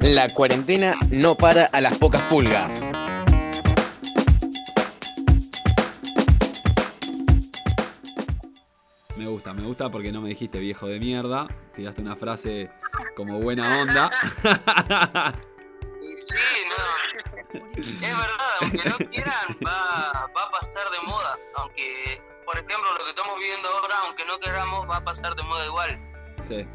La cuarentena no para a las pocas pulgas. Me gusta, me gusta porque no me dijiste viejo de mierda. Tiraste una frase como buena onda. Y sí, no. Es verdad, aunque no quieran, va, va a pasar de moda. Aunque, por ejemplo, lo que estamos viviendo ahora, aunque no queramos, va a pasar de moda igual. Sí.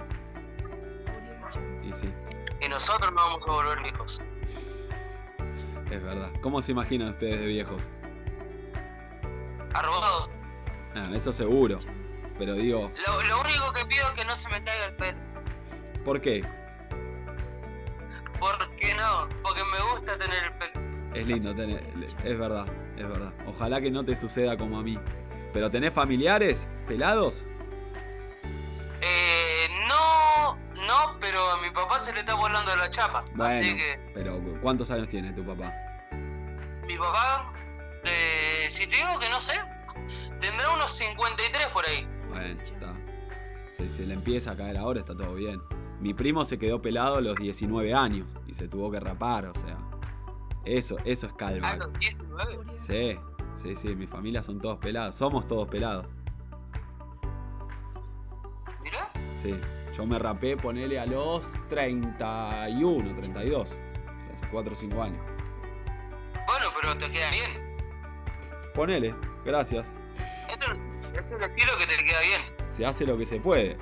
Y sí, Y nosotros no vamos a volver viejos. es verdad. ¿Cómo se imaginan ustedes de viejos? Arrobado. Ah, eso seguro. Pero digo, Lo, lo único que pido es que no se me caiga el pelo. ¿por qué? ¿Por qué no? Porque me gusta tener el pelo. Es lindo tener. Es verdad, es verdad. Ojalá que no te suceda como a mí. ¿Pero tenés familiares? ¿Pelados? Eh, no, no, pero a mi papá se le está volando la chapa. Así Bueno, que, pero ¿cuántos años tiene tu papá? mi papá, eh, si te digo que no sé, tendrá unos 53 por ahí. Bueno, está. Se, se le empieza a caer ahora, está todo bien. Mi primo se quedó pelado a los 19 años y se tuvo que rapar, o sea. Eso, eso es calvo. A los 19. Sí, sí, sí, mi familia son todos pelados. Somos todos pelados. Mirá, Sí. Yo me rapé, ponele a los 31, 32. O sea, hace 4 o 5 años. bueno, pero te queda bien. Ponele, gracias. Eso es el estilo que te queda bien. Se hace lo que se puede.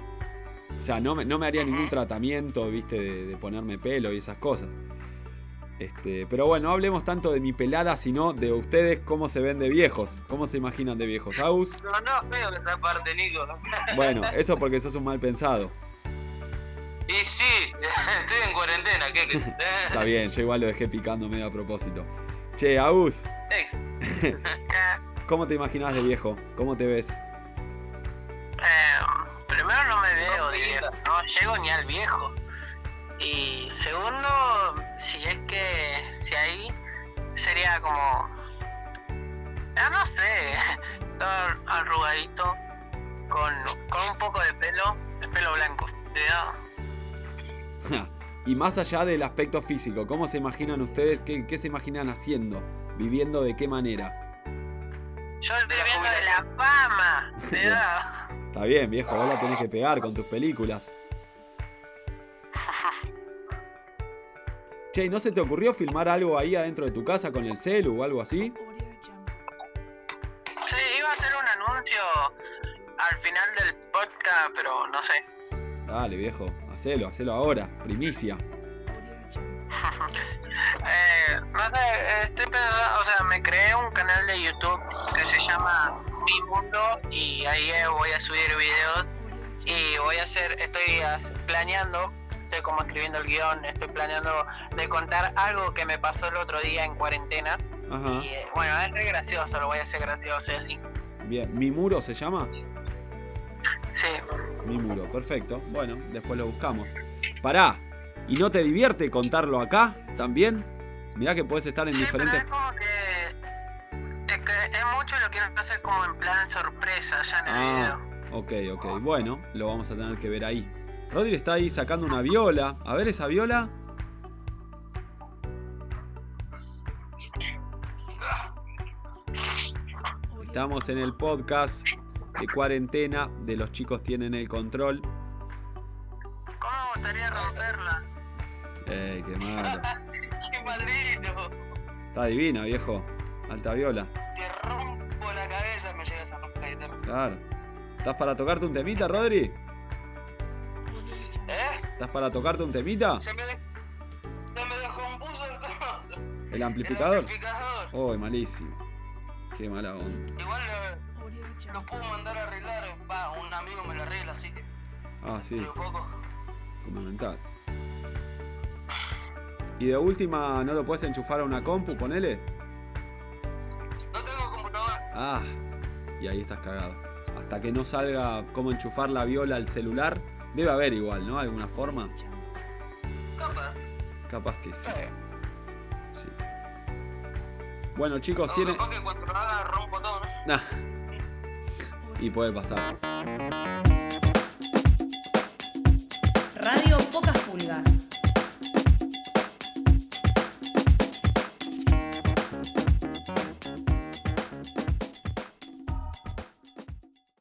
O sea, no me, no me haría ningún Ujú. tratamiento, viste, de, de ponerme pelo y esas cosas. Este, pero bueno, no hablemos tanto de mi pelada, sino de ustedes, cómo se ven de viejos. ¿Cómo se imaginan de viejos? Aus. No, no, feo esa parte, Nico. Bueno, eso porque sos un mal pensado. Y sí, estoy en cuarentena, ¿qué? querés? Está bien, yo igual lo dejé picando medio a propósito. Che, Aus, Ex. ¿cómo te imaginas de viejo? ¿Cómo te ves? Eh, primero no me veo de viejo, no llego ni al viejo. Y segundo, si es que, si ahí sería como, ah, no sé, todo arrugadito, con, con un poco de pelo, de pelo blanco, cuidado. Ja. Y más allá del aspecto físico, ¿cómo se imaginan ustedes? ¿Qué, qué se imaginan haciendo? ¿Viviendo de qué manera? Yo viviendo de la fama, cuidado. Está bien, viejo, vos la tenés que pegar con tus películas. Che, ¿y ¿no se te ocurrió filmar algo ahí adentro de tu casa con el celu o algo así? Sí, iba a hacer un anuncio al final del podcast, pero no sé. Dale, viejo, hacelo, hacelo ahora, primicia. Eh, no sé, eh, estoy pensando, o sea, me creé un canal de YouTube que se llama Mi Mundo y ahí eh, voy a subir videos y voy a hacer, estoy as- planeando, estoy como escribiendo el guión, estoy planeando de contar algo que me pasó el otro día en cuarentena Ajá, y eh, bueno, es re gracioso, lo voy a hacer gracioso y así. bien. ¿Mi muro se llama? Sí, Mi muro, perfecto. Bueno, después lo buscamos. Pará, ¿y no te divierte contarlo acá también? Mirá que puedes estar en sí pero diferentes es como que, es que es mucho lo quiero hacer como en plan sorpresa ya en el Ah, video. ok, ok. Bueno, lo vamos a tener que ver ahí. Rodri está ahí sacando una viola. A ver esa viola. Estamos en el podcast de cuarentena de los chicos tienen el control. ¿Cómo me gustaría romperla? Ey, qué malo. ¡Qué maldito! Está divina, viejo. Alta viola. Te rompo la cabeza, me llegas a romper la guitarra. Claro. ¿Estás para tocarte un temita, Rodri? ¿Eh? ¿Estás para tocarte un temita? Se me, de- se me descompuso el coso. El ¿El amplificador? amplificador. Uy, malísimo. Qué mala onda. Igual lo, lo puedo mandar a arreglar. Va, un amigo me lo arregla, así que. Ah, sí. Pero poco. Fundamental. Y de última, ¿no lo puedes enchufar a una compu? Ponele. No tengo computadora. Ah, y ahí estás cagado. Hasta que no salga cómo enchufar la viola al celular, debe haber igual, ¿no? Alguna forma. Capaz. Capaz que sí. ¿sabes? sí. Bueno, chicos, O tienen. capaz que cuando lo haga rompo todo, ¿no? Nah. Y puede pasar. Radio Pocas Pulgas.